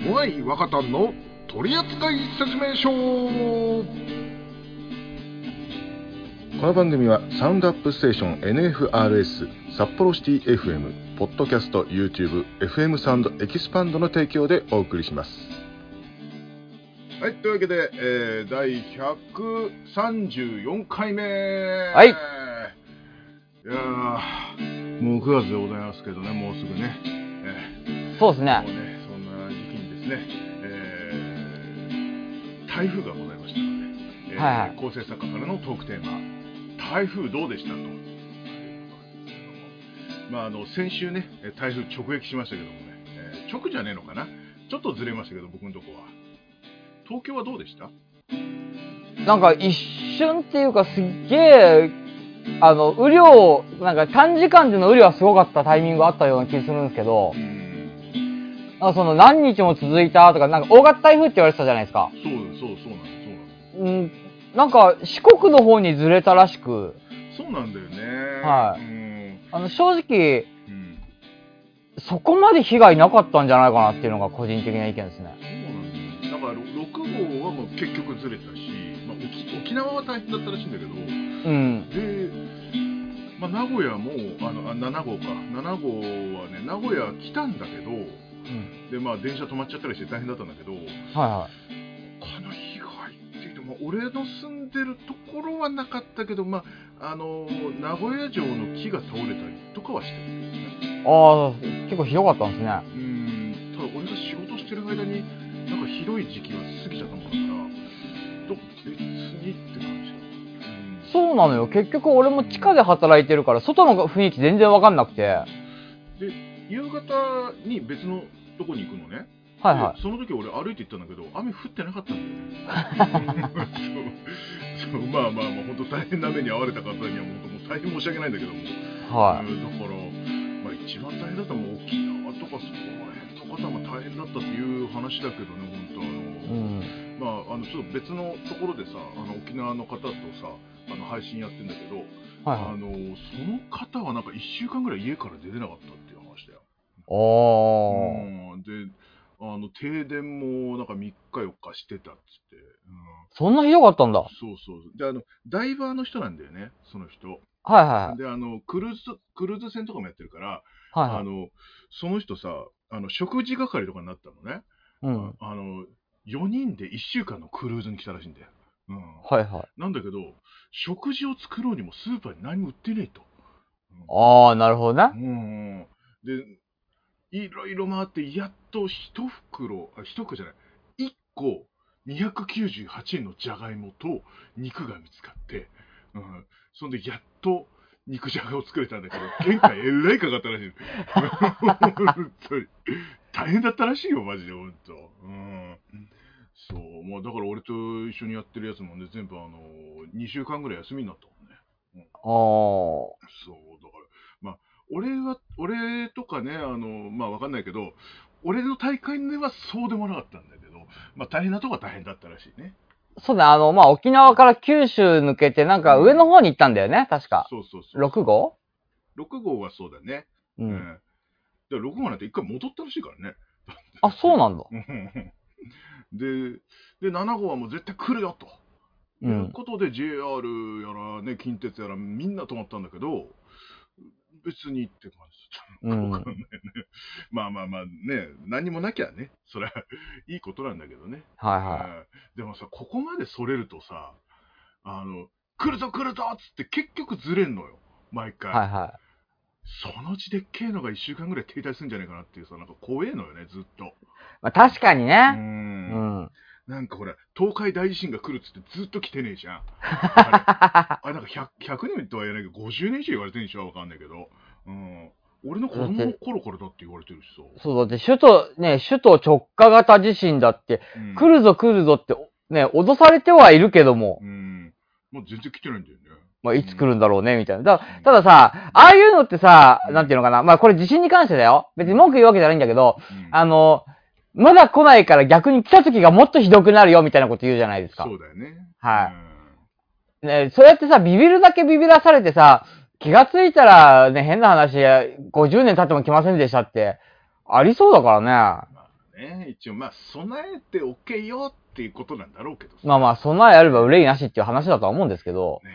モアイ若旦の取扱説明書この番組はサウンドアップステーション NFRS 札幌シティ FM ポッドキャスト YouTube FM サウンドエキスパンドの提供でお送りしますはいというわけで、えー、第134回目はいいやーもう9月でございますけどねもうすぐね、えそうですーもうね。ねそんな時期にですね、えー台風がございましたので、えーはいはい構成作家からのトークテーマ台風どうでしたと。まあ、あの先週ね、えー台風直撃しましたけどもね、えー直じゃねえのかな、ちょっとずれましたけど、僕のとこは。東京はどうでしたなんか一瞬っていうかすっげえ、あの、雨量、なんか短時間での雨量はすごかったタイミングあったような気するんですけど、ん、なんかその何日も続いたとか、なんか大型台風って言われてたじゃないですか。そうそうそうなんです、そうなんでうん、なんか四国の方にずれたらしく、す。そうなんだよね。はいうんあの、正直、うんそこまで被害なかったんじゃないかなっていうのが個人的な意見ですね。そうなんですよだから6号はもう結局ずれたし、まあ、沖沖縄は大変だったらしいんだけど、うん。で、まあ、名古屋もあのあ7号か7号はね名古屋来たんだけどうんで、まあ、電車止まっちゃったりして大変だったんだけどこはいはい。の被害っていうと、まあ、俺の住んでるところはなかったけど、まあ、あの名古屋城の木が倒れたりとかはしてるんですね。ああ、結構ひどかったんですね。うんただ俺が仕事してる間になんかひどい時期は過ぎちゃったもんだからど別にって感じだった、そうなのよ。結局俺も地下で働いてるから、外の雰囲気全然わかんなくて。はうん夕方に別のとこに行くのね、いはでその時俺歩いて行ったんだけど雨降ってなかったんだ よねそうそうまあまあまあ本当大変な目に遭われた方には本当もう大変申し訳ないんだけども、い。はうんだから、まあ、一番大変だったのは沖縄とかそこら辺の方が大変だったっていう話だけどね本当あい。の、うん。まあ、あのちょっと別のところでさあの沖縄の方とさあの配信やってんだけど、はいあはい。のその方はなんか1週間ぐらい家から出てなかったっていう話だよ。おー。うんであの停電もなんか3日4日してたっつって、そんなひどかったんだ。うんはいそうそうであのダイバーの人なんだよねその人はい。であのクルーズクルーズ船とかもやってるから、はいはあい。のその人さあの食事係とかになったのね、うん。あの4人で1週間のクルーズに来たらしいんだよ、うん、はいはい。なんだけど、食事を作ろうにもスーパーに何も売ってねえと。あー、なるほどうね。ん。で、いろいろ回って、やっと一袋、あ、一袋じゃない、一個298円のじゃがいもと肉が見つかって、うん。そんで、やっと肉じゃがを作れたんだけど、原価えらいかかったらしい。本当に。大変だったらしいよ、マジで、本当。うん。そう、まあ、だから俺と一緒にやってるやつもね、全部、あの、2週間ぐらい休みになったもんね。あー。そう、だから、まあ、俺は、俺とかね、あの、まあ、わかんないけど、俺の大会ではそうでもなかったんだけど、まあ、大変なとこは大変だったらしいね。そうね、あの、まあ、沖縄から九州抜けて、なんか上の方に行ったんだよね、確か。そうそうそう。 6号6号はそうだね。う。うんだから6号なんて一回戻ったらしいからね。あ、そうなんだ。うん で、で、7号はもう絶対来るよと。う。というんことで JR やらね、近鉄やらみんな止まったんだけど、別にって感じ だった。うん。まあまあまあね、何もなきゃね、それは いいことなんだけどね。はいはうんでもさ、ここまでそれるとさ、あの、来るぞ来るぞっつって結局ずれんのよ、毎い。回。はいはそのうちでっけえのが1週間ぐらい停滞するんじゃないかなっていうさ、なんか怖えのよね、ずっと。い。まあ、確かにう。ね。うんん。 なんかほら、東海大地震が来るっつってずっと来てねえじゃん。あれあれなんか 100, 100年とは言えないけど、50年以上言われてるんでしょわかんないけど。うん。俺の子供の頃からだって言われてるしさ。そうだって、首都、ね、首都直下型地震だって、うん来るぞ来るぞって、ね、脅されてはいるけども、うん。もう全然来てないんだよね。まあ、いつ来るんだろうね、みたいな。だうんたださ、ああいうのってさ、なんていうのかな。まあ、これ地震に関してだよ。別に文句言うわけじゃないんだけど、うんあの、まだ来ないから逆に来た時がもっとひどくなるよ、みたいなこと言うじゃないですかそ。うだよね。はい。いね、そうやってさ、ビビるだけビビらされてさ、気がついたら、ね、変な話、50年経っても来ませんでしたって、ありそうだからね。まあね、一応、まあ、備えておけよっていうことなんだろうけどさ。まあまあ、備えあれば憂いなしっていう話だとは思うんですけど、ね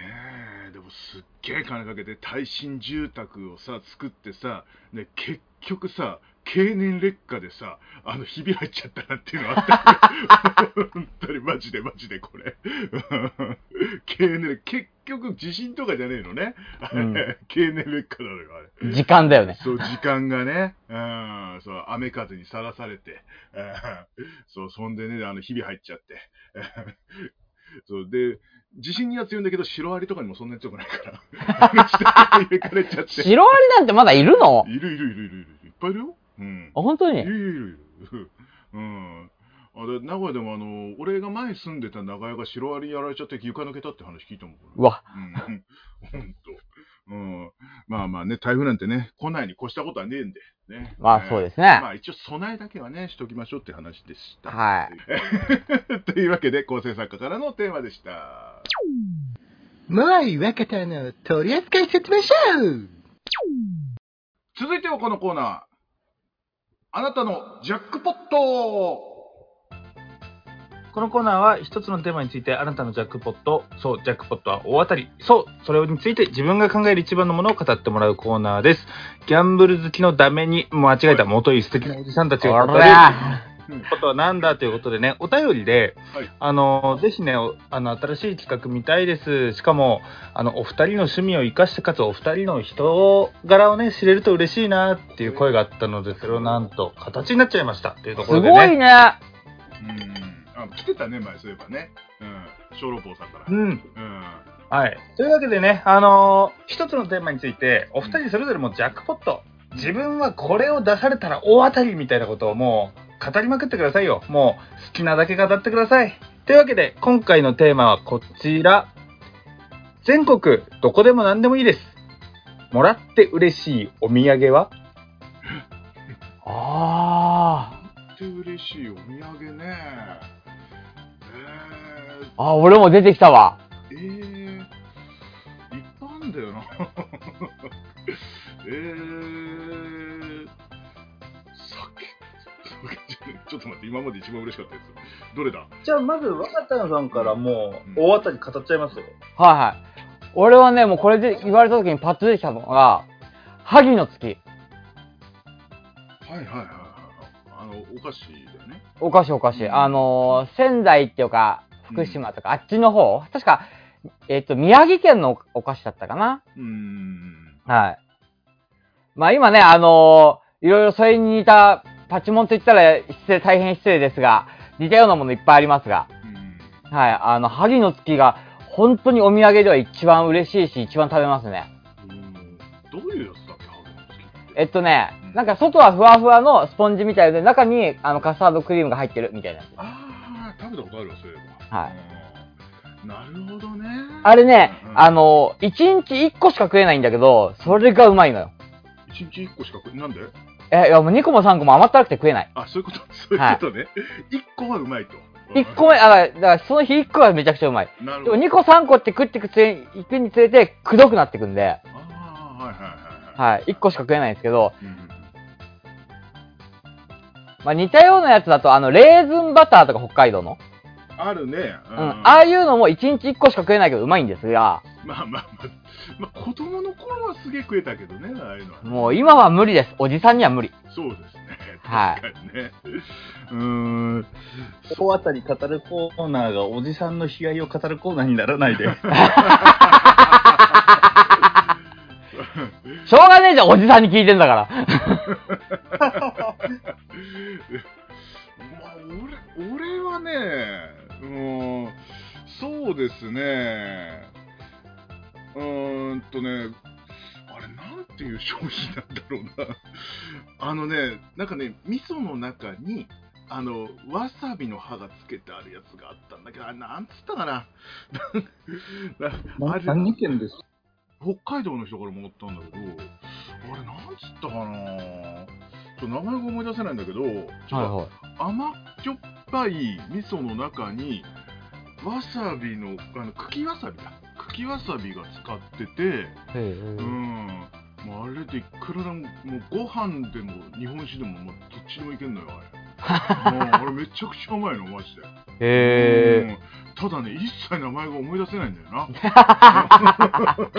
え、でもすっげえ金かけて耐震住宅をさ、作ってさ、ね、結局さ、経年劣化でさ、あの、ひび入っちゃったなっていうのあったよ ね本当にマジでマジでこれ。うん経年、結局地震とかじゃねえのね。あれうん経年劣化なのよ、あれ。時間だよね。そう、時間がね、うん、そう、雨風にさらされて、うんそう、そんでね、あの、日々入っちゃって、うんそう、で、地震には強いんだけど、シロアリとかにもそんなに強くないから、入れかれちゃって。シロアリなんてまだいるのいるいるいるいるいる、いっぱいいるよ。うん。あ本当いるにいるいるいる。うん。あで名古屋でもあの、俺が前住んでた長屋がシロアリやられちゃって床抜けたって話聞いたもん。うわ、うん、ほんと。うん、まあまあね、台風なんてね、来ないに越したことはねえんで、ね。まあそうですね。ねま。あ一応備えだけはね、しときましょうって話でした。はい。 というわけで、構成作家からのテーマでした。マイ若田の取扱説明書続いてはこのコーナー。あなたのジャックポットこのコーナーは一つのテーマについてあなたのジャックポット、そう、ジャックポットは大当たり、そう、それについて自分が考える一番のものを語ってもらうコーナーです。ギャンブル好きのダメに間違えた元い素敵なおじさんたちが語ほるらことはなんだということでね、お便りで、はいあの、ぜひね、おあの、新しい企画見たいです。しかも、あの、お二人の趣味を生かして、かつお二人の人柄をね、知れると嬉しいなっていう声があったので、それをなんと形になっちゃいましたっていうとすころでごいね。ね。うん。あ、来てたね、前、そういえばね。うん。小籠包さんから。うん。うん。はい。というわけでね、あのー一つのテーマについて、お二人それぞれもうジャックポット、自分はこれを出されたら大当たりみたいなことをもう語りまくってくださいよ。もう好きなだけ語ってください。というわけで、今回のテーマはこちら。全国、どこでも何でもいいです。もらって嬉しいお土産はあって嬉しいお土産ね。えー、あ。あ、俺も出てきたわ。えー、いっぱいあんだよな。 えー、酒酒じゃないちょっと待って、今まで一番嬉しかったやつ。どれだじゃあ、まず、若田さんからもう大当たり語っちゃいますよ。はいはい。俺はね、もうこれで言われた時にパッと出てきたのが、萩の月。はいはいはいはい。あの、お菓子だよね。おかしいおかしい。あのー仙台っていうか、福島とか、あっちの方、確か、えっ、と、宮城県のおお菓子だったかな。うーん。はい。まあ今ね、あのーいろいろそれに似たパチモンと言ったら失礼、大変失礼ですが、似たようなものいっぱいありますが、うんはい。あの、萩の月が、本当にお土産では一番嬉しいし、一番食べますね。うんどういうやつだっけ、ハーブの月って。えっとねうん、なんか外はふわふわのスポンジみたいで、中にあのカスタードクリームが入ってるみたいなやつ。あー、食べたことあるわ、そういえば。はいうん。なるほどね。あれねう、んあの、1日1個しか食えないんだけど、それがうまいのよ。一日一個しか食え、なんでえ、いやもう2個も3個も甘ったらくて食えない。あ、そういうこと、 そういうことね。一個はうまいと。 1個目、あ、だからその日1個はめちゃくちゃうまい。なるでほもど。 2個3個って食ってくつれ、行くにつれて、くどくなってくんで、ああ、はいはいはい。はい、1個しか食えないんですけど、い。うんまあ似たようなやつだと、あの、レーズンバターとか北海道の。あるね。ううんん。ああいうのも1日1個しか食えないけどうまいんですが、まあまあまあ、まあ、子供の頃はすげえ食えたけどね、ああいうのは。もう今は無理です。おじさんには無理。そうですね。は確かにね。うーん。大当たり語るコーナーがおじさんの悲哀を語るコーナーにならない で。しょうがねえじゃん、おじさんに聞いてんだから。まあ、俺、俺はね、うーん、そうですね、うーんとね、あれ、なんていう商品なんだろうな。あのね、なんかね、味噌の中に、あの、わさびの葉がつけてあるやつがあったんだけど、あれ、なんつったかな。なあれ何県です 北海道の人からもらったんだけど、あれ、なんつったかな。ちょっと名前が思い出せないんだけど、ちょっとはいはい。甘っちょっぱい味噌の中にわさびのあの茎わさびだ茎わさびが使っててへえうん、もうあれでいくらでももうご飯でも日本酒でも、まあ、どっちでもいけんのよあれ もう俺めちゃくちゃうまいのマジで、へうんただね一切名前が思い出せないんだ よな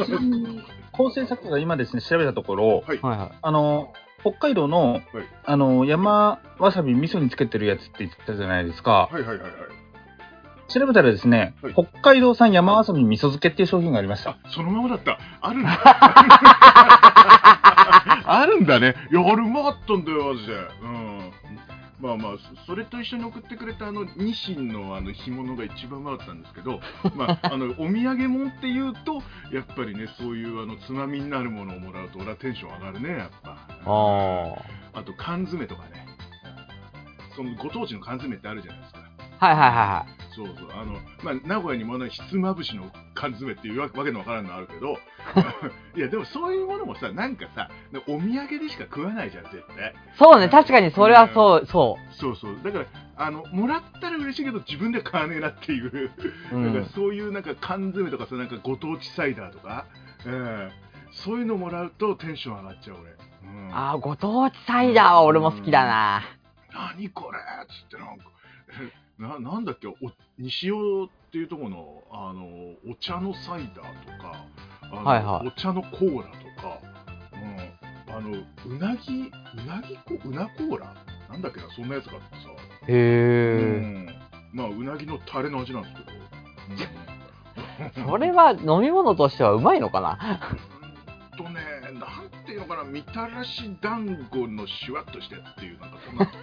ちなみに構成作家が今ですね、調べたところ、はいえ。はいはい。あの、北海道の、あの、山わさび味噌につけてるやつって言ってたじゃないですか。はいはいはいはい調べたらですね、はい北海道産山わさび味噌漬けっていう商品がありましたあ。そのままだったあるんだあるんだねいやあれうまかったんだよマジでうんまあまあそそれと一緒に送ってくれたあのニシンのあの干物が一番うまかったんですけど、まあ、あのお土産物っていうとやっぱりねそういうあのつまみになるものをもらうと俺はテンション上がるねやっぱああと缶詰とかねそのご当地の缶詰ってあるじゃないですかあ。はいはいはそうそうあの、まあ、名古屋にもあのひつまぶしの缶詰っていうわわけのわからんのあるけ どいやでもそういうものもさなんかさお土産でしか食わないじゃん絶対いはい。そうね、確かにそれはそう、そそうそうだからあのもらったら嬉しいけど自分では買わねえなっていう、う。うなんかん。そういうなんか缶詰とかさなんかご当地サイダーとか、うん、そういうのもらうとテンション上がっちゃう俺、うん、ああ、ご当地サイダーは俺も好きだな。何これっつってなんかえななんだっけお西尾っていうところのあのお茶のサイダーとかあの、はいはいお茶のコーラとか、うん、あのうなぎうなぎこうなコーラなんだっけなそんなやつがあってさ、へうえ。ん、まあうなぎのタレの味なんですけど、うんそれは飲み物としてはうまいのかな。うんとね、なんていうのかな、みたらし団子のシュワッとしたやつっていう、なんかそんな感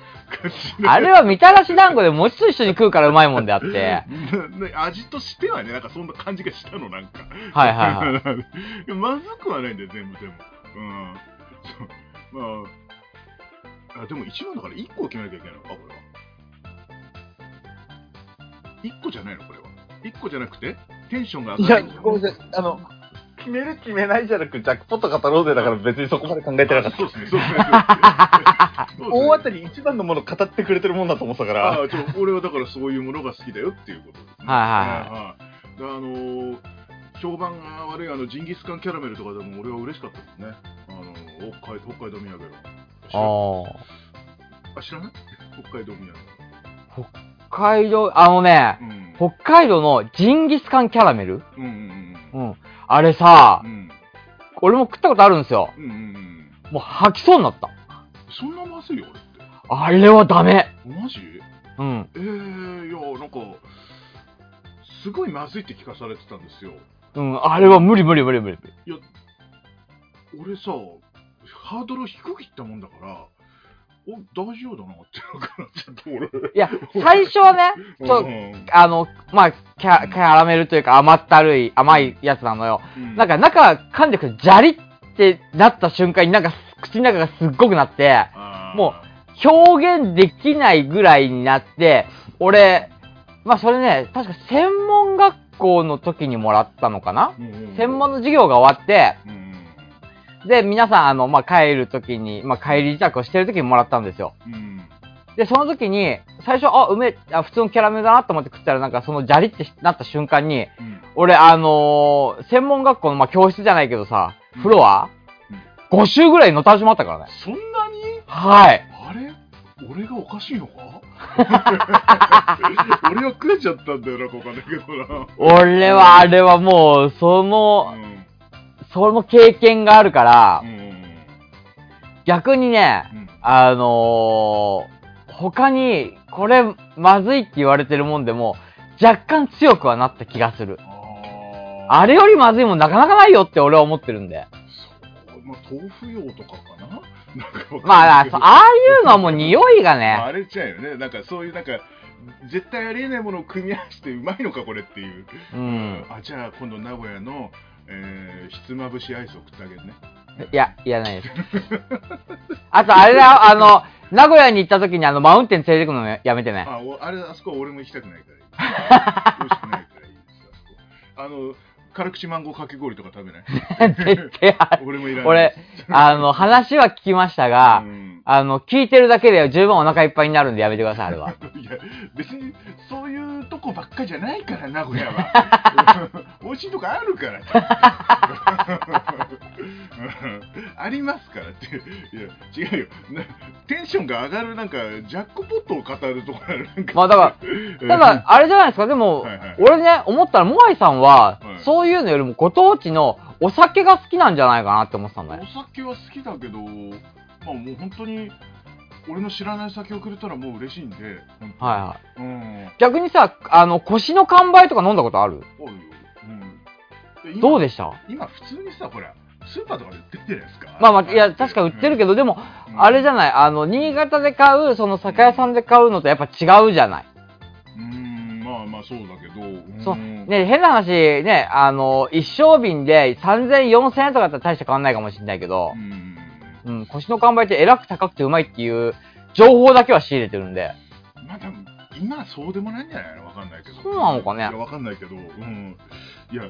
じであれはみたらし団子で餅と一緒に食うからうまいもんであ って。ね味としてはね、なんかそんな感じがしたの、なんか。はいはいはい。いや まずくはないんだよ、全部、でも。うん。そうまあ、あでも一番だから1個は決めなきゃいけないのか、これは。1個じゃないの、これは。1個じゃなくて、テンションが上がる。さい。あの、決める決めないじゃなく、ジャックポット語ろうぜだから別 にそこまで考えてなかあった。そうです ね、そうですね。そうですね大当たり一番のもの語ってくれてるもんだと思ってたからあ。あちょ俺はだからそういうものが好きだよっていうこと ですね。はいはいはい。あのー評判が悪いあのジンギスカンキャラメルとかでも俺は嬉しかったですね。あのー北海北海道土産の。ああ。あ知らない？北海道土産。北海道、あのねう、ん。北海道のジンギスカンキャラメルうんうんううん。ん。あれさう、ん俺も食ったことあるんですよ。うんうんうん。もう吐きそうになった。そんなまずいよ俺って。あれはダメ。マジ？うん。ええー、いやなんかすごいまずいって聞かされてたんですよ。うん、あれは無理無理無理無理。俺さハードル低くいったもんだから。お大丈夫だなっていうかなっちゃって俺。い や、最初はね、 ちょうんあの、まあ、キャキャラメルというか甘ったるい、甘いやつなのよ。なんか中噛んでくる、ジャリってなった瞬間になんか口の中がすっごくなって、も表現できないぐらいになって、俺、まあそれね、確か専門学校の時にもらったのかなうん、うんうん専門の授業が終わって、うんうんで、皆さん、あの、まあ、帰る時に、まあ、帰り支度をしてる時にもらったんですよ。うんで、その時に、最初、あ、うめえ、あ、普通のキャラメルだなと思って食ったら、なんかそのジャリってなった瞬間に、うん俺、あのー専門学校の、まあ、教室じゃないけどさ、フロア、5周ぐらいのたうち回ったからね。そんなにはい。あれ俺がおかしいの か俺は食えちゃったんだよな、ここだけど俺は、あれはもう、そな。うの、んその経験があるからう、ん逆にね、うんあのー他に、これ、まずいって言われてるもんでも、若干強くはなった気がする。あーあれよりまずいもんなかなかないよって俺は思ってるんで。そうまあ、豆腐用とかかななんかわかんないけどまあ、 そああいうのはもう匂いがまあね、あれちゃうよね。なんかそういう、なんか、絶対ありえないものを組み合わせてうまいのか、これっていう。うん。あ、じゃあ今度名古屋の、えー、ひつまぶしアイスを食ってあげるね。いや、いらないです。あと、あれだ、あの、名古屋に行った時にあの、マウンテン連れてくのやめて ね。あおあれあそこは俺も行きたくないからいい美味しくないからいいですあそこあの辛口マンゴーかき氷とか食べない絶対あれ俺もいらない俺、あの、話は聞きましたがう、んあの、聞いてるだけで十分お腹いっぱいになるんでやめてください、あれは。いや、別にそういうとこばっかりじゃないから、名古屋 は。美味しいとこあるから。 ありますからって。いや、違うよ。なテンションが上がる、なんか、ジャックポットを語るところなんか。まあだから、ただ、あれじゃないですか、でも、はいはい俺ね、思ったら、モアイさんは、はいそういうのよりもご当地のお酒が好きなんじゃないかなって思ってたんだおよ。酒は好きだけど、まあもう本当に、俺の知らない酒をくれたらもう嬉しいんで、本当にはいはい。うん、あ逆にさ、あの、腰の完売とか飲んだことあるるよ。うんで、どうででした今普通にさ、ほら、スーパーとかで売ってるじゃないですか。まあまあ、いや、確か売ってるけど、ど、でも、うんあれじゃない、あの、新潟で買う、その酒屋さんで買うのとやっぱ違うじゃない。うん、まあまあそうだけど、んそう、ね、変な話、ね、あの、一升瓶で3000、4000円とかだったら大して変わんないかもしれないけどう、ん、うん、腰の完売ってえらく高くてうまいっていう情報だけは仕入れてるんで、まあでも、今はそうでもないんじゃないのわかんないけど。そうなのかねいや、わかんないけど、うん。いや、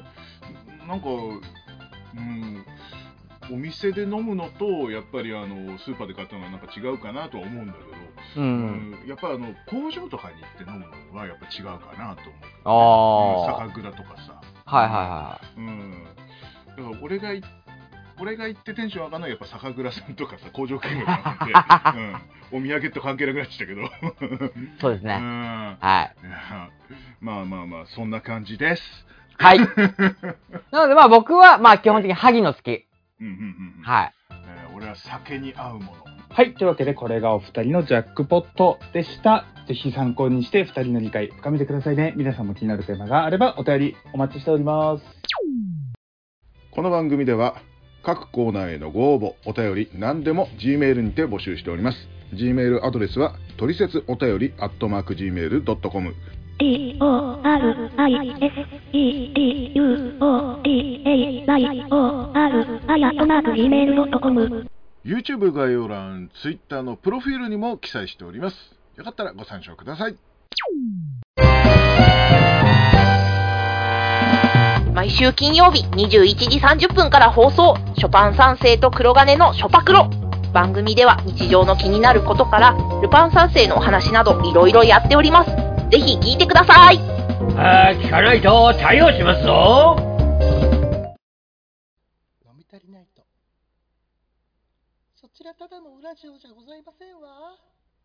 なんか、うん。お店で飲むのと、やっぱりあのスーパーで買ったのはなんか違うかなとは思うんだけど、うん。うんやっぱあの工場とかに行って飲むのはやっぱ違うかなと思うけどね、あ酒蔵とかさ、あ、はいはうん、だから俺がい俺が行ってテンション上がらないやっぱ酒蔵さんとかさ工場見学なんで、うん、お土産と関係なくなっちゃったけど、いはい。そうですうね。んいはい。やまあまあまあそんな感じです。 はい。なのでまあ僕は、まあ基本的に萩の月。うんうんうんうんはい。えー俺は酒に合うもの。はい。というわけで、これがお二人のジャックポットでした。ぜひ参考にして、二人の理解深めてくださいね。皆さんも気になるテーマがあれば、お便りお待ちしております。この番組では各コーナーへのご応募お便り何でも G メールにて募集しております G メールアドレスはトリセツお便り gmail.com D O R I S E T U O T A Y O R あやとなく Gmail.com YouTube 概要欄、Twitter のプロフィールにも記載しております。よかったらご参照ください。毎週金曜日21時30分から放送ショパン三世と黒金のショパクロ番組では日常の気になることからルパン三世のお話などいろいろやっておりますぜひ聞いてくださいあー聞かないと対応しますぞ飲み足りないとそちらただのウラジオじゃございませんわ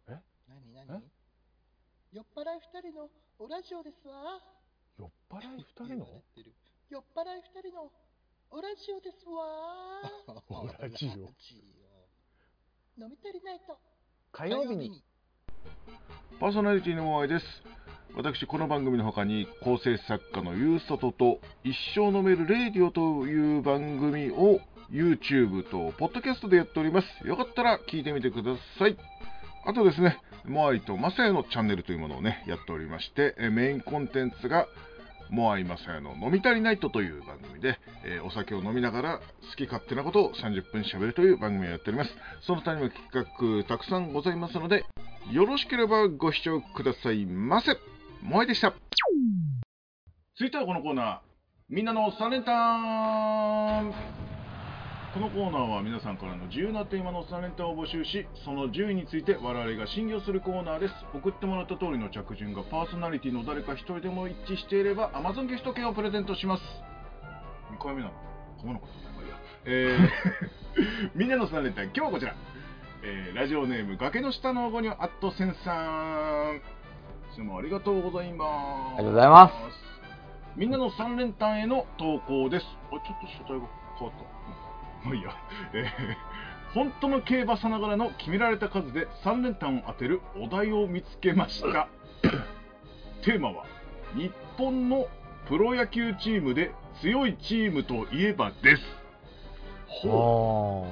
え何何酔っ払い二人のウラジオですわ酔っ払い二人の笑ってる酔っ払い二人のウラジオですわオラジオ飲み足りないと火火曜日にパーソナリティの萌えです。私、この番組の他に、構成作家のゆうさとと、一生飲めるレイディオという番組を YouTube とポッドキャストでやっております。よかったら聞いてみてください。あとですね、モアイとマサヤのチャンネルというものをね、やっておりまして、えメインコンテンツが、モアイマサヤの飲み足りないとという番組で、えーお酒を飲みながら好き勝手なことを30分喋るという番組をやっております。その他にも企画たくさんございますので、よろしければご視聴くださいませ。萌えでした。続いてはこのコーナー、みんなの3連単このコーナーは皆さんからの自由なテーマの3連単を募集し、その順位について我々が審議をするコーナーです。送ってもらった通りの着順がパーソナリティの誰か一人でも一致していれば Amazon ギフト券をプレゼントします。2回目なのこの子だまあいいやえーみんなの3連単、今日はこちら。えーラジオネーム崖の下のゴニョアットセンさんいつもありがとうございますありがとうございますみんなの3連単への投稿ですあちょっと書体が変わったまあいいやえー本当の競馬さながらの決められた数で3連単を当てるお題を見つけましたテーマは日本のプロ野球チームで強いチームといえばですほうお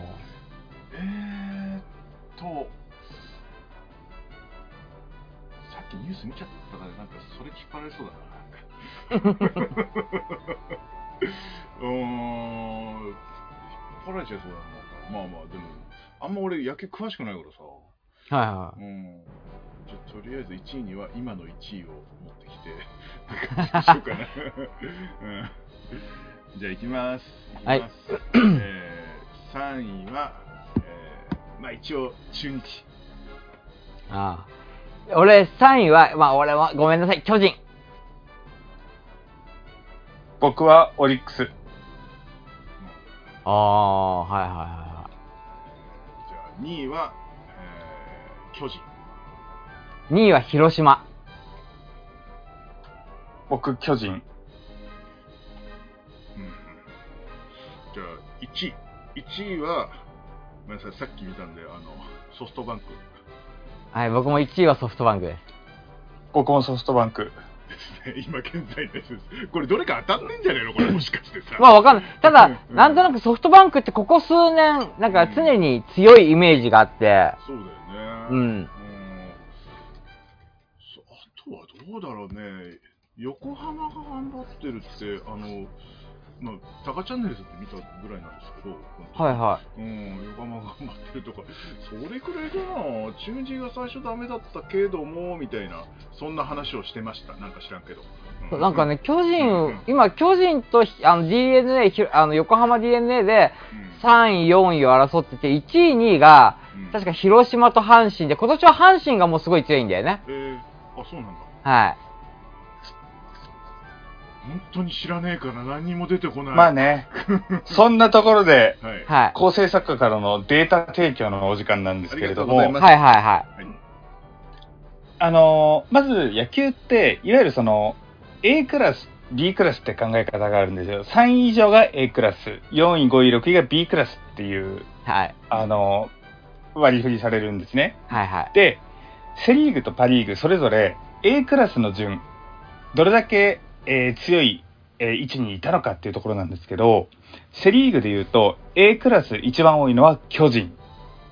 ー。えーっと、さっきニュース見ちゃったから、なんかそれ引っ張られそうだな、 なんか。うーん、引っ張られちゃいそうだな、なんか。まあまあ、でも、あんま俺野球詳しくないからさ。はいはうん。じゃあとりあえず1位には今の1位を持ってきて、なんかしようかな。うん、じゃあ行きます。行きます。えー、3位は、えーまあ一応、中日。ああ俺3位は、まあ俺はごめんなさい、巨人。僕はオリックス。ああ、はいはいはいはじゃあ2位は、えー巨人。い。2位は広島。僕、巨人。うんうんじゃあ1位。1位は、ごめんなさい、さっき見たんで、あの、ソフトバンクはい、僕も1位はソフトバンクです。僕もソフトバンク。ですね。今現在です。これどれか当たってんじゃねえのこれもしかしてさ。まあわかんない。たうんだ、うんなんとなくソフトバンクってここ数年、なんか常に強いイメージがあって、そうだよね。ううんん。そあとはどうだろうね、横浜が頑張ってるって、あの、まあ、タカチャンネルズって見たぐらいなんですけど、はいはい。うん、横浜が頑張ってるとか、それくらいかな、中日が最初ダメだったけども、みたいな、そんな話をしてました、なんか知らんけど。うなんか、ね、巨うん人、今、巨人とひあの DNA、ひあの横浜 DNA でうん3位、4位を争ってて、1位、2位が、うん確か広島と阪神で、今年は阪神がもうすごい強いんだよね。えー、あ、そうなんだ。はい。本当に知らねえから何にも出てこない。まあ。 ね、そんなところで、はい。はい。構成作家からのデータ提供のお時間なんですけれどありがとうございも、まはいはいはい。あのーまず野球って、いわゆるその A クラス、B クラスって考え方があるんですよ。3位以上が A クラス、4位、5位、6位が B クラスっていう、はい。あのー割り振りされるんですね。はいはい。で、セ・リーグとパ・リーグ、それぞれ A クラスの順、どれだけ、えー強い、えー位置にいたのかっていうところなんですけど、セ・リーグで言うと、A クラス一番多いのは巨人、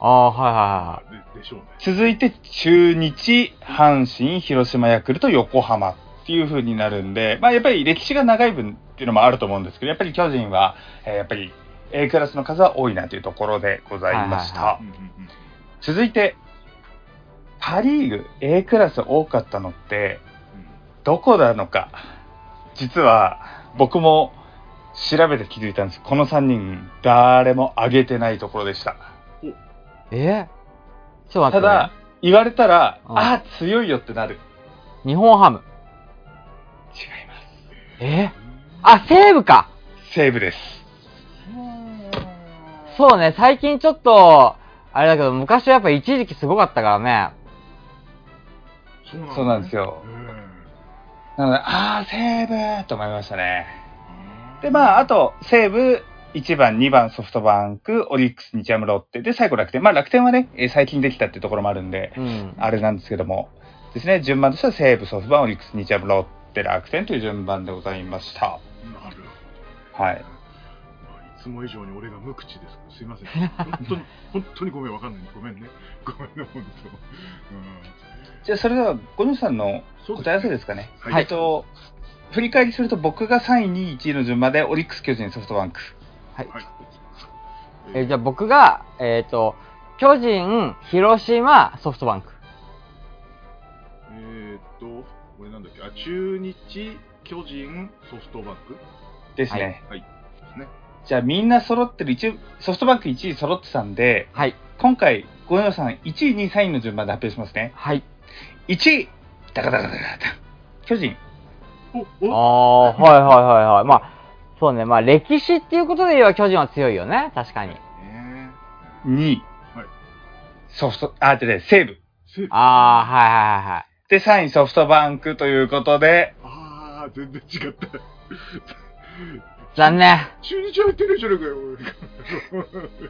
ああ、はいはいはい。ででしょうね。続いて中日、阪神、広島、ヤクルト、横浜っていう風になるんで、まあ、やっぱり歴史が長い分っていうのもあると思うんですけど、やっぱり巨人は、えーやっぱり A クラスの数は多いなというところでございました。はいはいはうんうんうん続いて、パ・リーグ A クラス多かったのって、どこなのか、実は僕も調べて気づいたんです。この3人、誰も挙げてないところでした。えちょっと待たって、ね。だ、言われたら、うんああ、強いよってなる。日本ハム。違いまえあ、西武かす。セーブです。そうね、最近ちょっと、あれだけど、昔はやっぱ一時期すごかったからね。そうそうなんですようんなので、ああ、セーブと思いましたね。で、まあ、あと、西武、1番、2番、ソフトバンク、オリックス、日ハム、ロッテ、で、最後、楽天。まあ、楽天はね、えー最近できたっていうところもあるんで、うん。あれなんですけども、ですね、順番としては西武、ソフトバンク、オリックス、日ハム、ロッテ、楽天という順番でございました。なるほど。はい。まあいつも以上に俺が無口ですけど、すいません。本当に、本当にごめん、わかんない。ごめんね。ごめんね、本じゃあ、それでは、ゴミさんの当。うん。答え合わせですかね。はえっと、振り返りすると、僕が3位、2位、1位の順番で、オリックス、巨人、ソフトバンク。はい。えじゃあ僕が、えっ、と、巨人、広島、ソフトバンク。えーっと、俺なんだっけ、あ、中日、巨人、ソフトバンクですね。はいですね。じゃあみんな揃ってる一応ソフトバンク1位揃ってたんで、はい。今回、ごよさん1位、2位、3位の順番で発表しますね。はい。 1位、ダカダカダカダカ巨人。お、あお、あ、はいはいはいはい。まあ、そうね、まあ歴史っていうことで言えば巨人は強いよね、確かに。ね2位、はいソフト、あ、じゃね、西武。セーブああ、はいはいはいはい。で、3位、ソフトバンクということで、あー、全然違った。残念。中日入ってるじゃね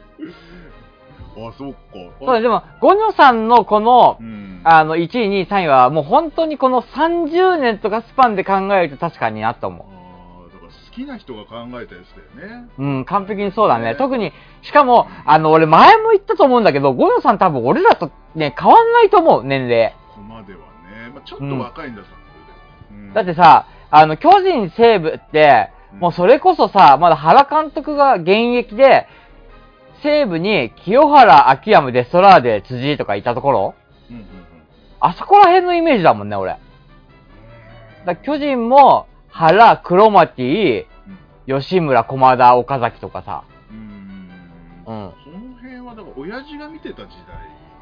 えかよ。あ、そっか。そうね、でも、ゴニョさんのこのう、ん。あの、1位、2位、3位は、もう本当にこの30年とかスパンで考えると確かになと思あーだから好きな人が考えたやつだよね。う。うん、完璧にそうだねね。特に、しかも、あの、俺前も言ったと思うんだけど、ゴニョさん多分俺らとね、変わんないと思う、年齢。ここまではね。まあ、ちょっと若いんだぞ、それでもうんだってさ、あの、巨人西武って、もうそれこそさ、まだ原監督が現役で、西武に清原、秋山、デストラーデ、辻井とかいたところうんうんうんあそこら辺のイメージだもんね、俺。だから巨人も、原、黒牧、吉村、駒田、岡崎とかさ。うん。うん。その辺ははだから親父が見てた時代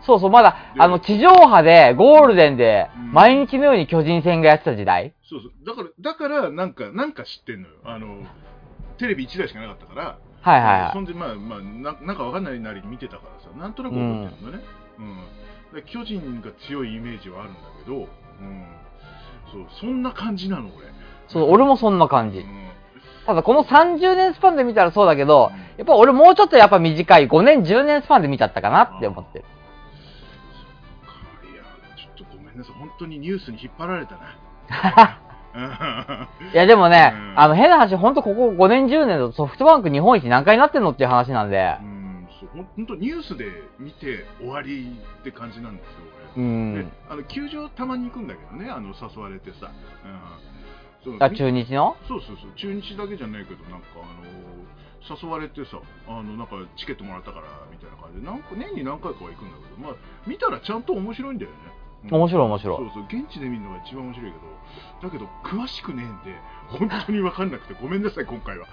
そうそう、まだ、あの、地上波で、ゴールデンで、毎日のように巨人戦がやってた時代。そうそうだからだからなんかなんか知ってんのよあのテレビ1台しかなかったからはいはいはそい。んでまあまあななんかわかんないなりに見てたからさなんとなく覚えてるのね、うんで巨人が強いイメージはあるんだけど、うん、そうそんな感じなの俺そう、俺もそんなう感じ。んただ、この30年スパンで見たらそうだけど、やっぱ俺もうちょっとやっぱ短い、5年、10年スパンで見ちゃったかなって思ってる。いやちょっとごめんなさい本当にニュースに引っ張られた ないや、でもねう、んあの、変な話、ほんとここ5年、10年だとソフトバンク日本一何回なってんのっていう話なんでう。んそうほん本当ニュースで見て終わりって感じなんですよ俺うでん。あの球場たまに行くんだけどねあの誘われてさ、うん、そうあ、み中日のそうそうそう中日だけじゃないけどなんかあの誘われてさあのなんかチケットもらったからみたいな感じでなんか年に何回かは行くんだけどまあ見たらちゃんと面白いんだよね、うん面白い面白いそうそう現地で見るのが一番面白いけどだけど詳しくねえんで本当に分かんな くてごめんなさい今回は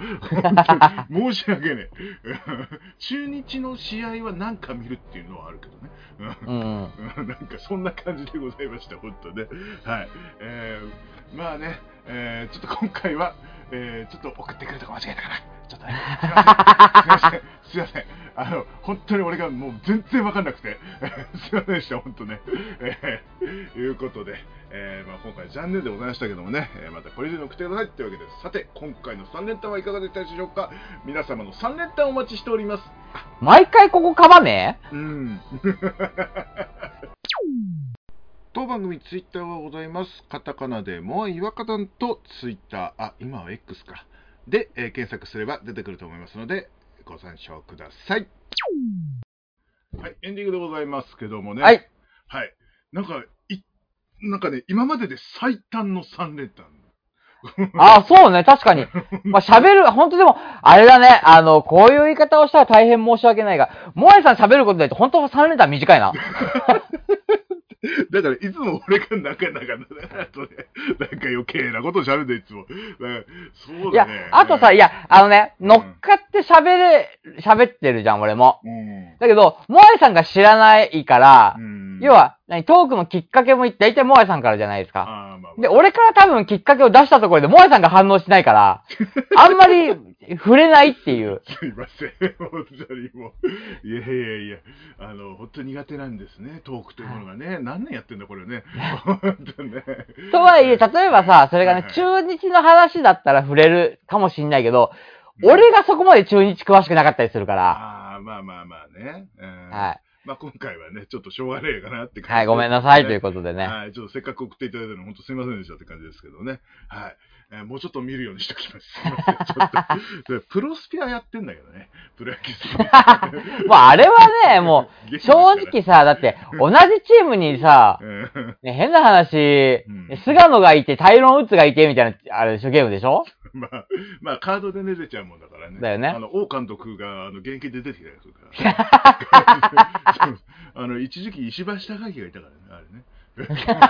本当に申し訳ねえ 中日の試合は何か見るっていうのはあるけどね、うんうん。うんなんかそんな感じでございました、本当ね。はい。えー、まあね、えー、ちょっと今回は、えー、ちょっと送ってくれたか間違えたかな。ちょっとね、すいません。すいません。すいません。あの、本当に俺がもう全然わかんなくて、 すいませんでした、本当ね。えー、いうことで、えー、まあ今回残念でございましたけどもね、えーまたこれ以上に送ってくださいというわけです。さて、今回の3連単はいかがでしたでしょうか皆様の3連単お待ちしております。毎回ここかばねうん。当番組ツイッターはございます。カタカナでモアイワカダンとツイッター、あ、今は X か。で、えー検索すれば出てくると思いますので、ご参照ください。はい、エンディングでございますけどもね。はい。はい。なんか、い、なんかね、今までで最短の3連単。あ、そうね、確かに。まあ、喋る、本当でも、あれだね、あの、こういう言い方をしたら大変申し訳ないが、萌えさん喋ることないと、本当3連単短いな。だから、いつも俺がなかなかな、とね、なんか余計なこと喋るで、いつも。だからそういやだね。、あとさ、いや、や、あのね、乗っかって喋れ、喋ってるじゃん、俺も。うん。だけど、萌えさんが知らないからう、ん要、は、何、トークのきっかけも言って、大体萌えさんからじゃないですあか。ーまあまあで、俺から多分きっかけを出したところで、萌えさんが反応しな いから、あんまり触れないっていう。すいません、本当にもう。いやいやいや、あの、本当に苦手なんですね、トークというものがね。何年やってんだ、これね。 本当ね。とはいえ、例えばさ、それがねはい、中日の話だったら触れるかもしんないけど、俺がそこまで中日詳しくなかったりするから、ああ、まあまあまあね。うんはい。まあ今回はね、ちょっとしょうがねえかなって感じで。はい、ごめんなさいということでね。はい、ちょっとせっかく送っていただいたの、本当すみませんでしたって感じですけどね。はい。えーもうちょっと見るようにしておきます。すいません、ちょっ と。でプロスピアやってんだけどね。プロ野球スピ アもうあれはね、もう、正直ゲームですさ、だって、同じチームにか、さら、うんね、変な話、うん菅野がいて、タイロン・ウッズがいて、みたいな、あれでしょ、ゲームでしょまあ、まあ、カードで出てちゃうもんだからね。だよねあの、王監督が、あの、現役で出てきたやつから。 そうあの、一時期石橋貴明がいたからね、あれね。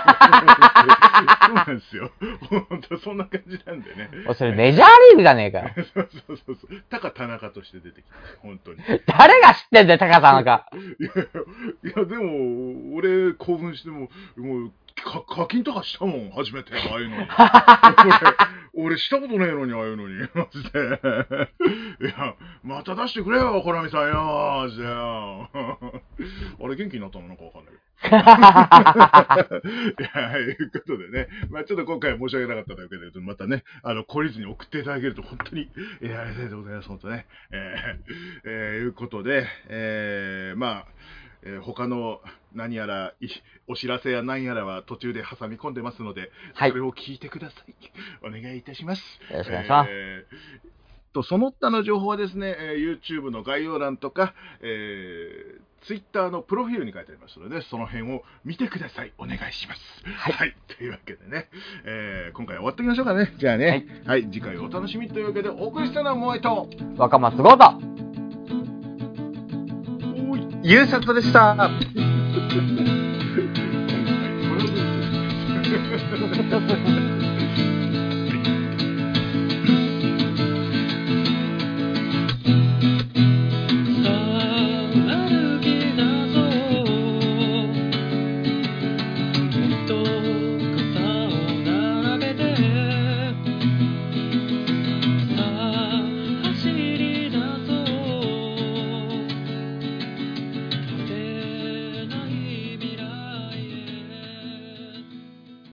そうなんですよ。本当そんな感じなんでね。もうそれメジャーリーグじゃねえかよ。そうそうそうそう。高田中として出てきた。本当に。い誰が知ってんだよ、高さんか。や、いやでも、俺、興奮しても、もう、か課金とかしたもん、初めて、ああいうのに。俺、俺したことねえのに、ああいうのに。マジで。いや、また出してくれよ、コラミさんよ、マジでよ。あれ、元気になったのなんかわかんないけど。いや、いうことでね、まあちょっと今回は申し訳なかったというわけで、またね、あの、懲りずに送っていただけると本当に、えー、ありがたいでございます、本当ね。えー、えーいうことで、えー、まあ、えー他の何やらいお知らせや何やらは途中で挟み込んでますので、はいそれを聞いてください。お願いいたします。よろしくお願いしますえーとその他の情報はですね、えー YouTube の概要欄とか、えー、Twitter のプロフィールに書いてありますので、その辺を見てください。お願いします。はい。というわけでね、えー今回は終わっておきましょうかね。じゃあね、はい、次回をお楽しみというわけで、お送りしたのはモアイと、若松豪太。ゆうさとでした。今回これをですね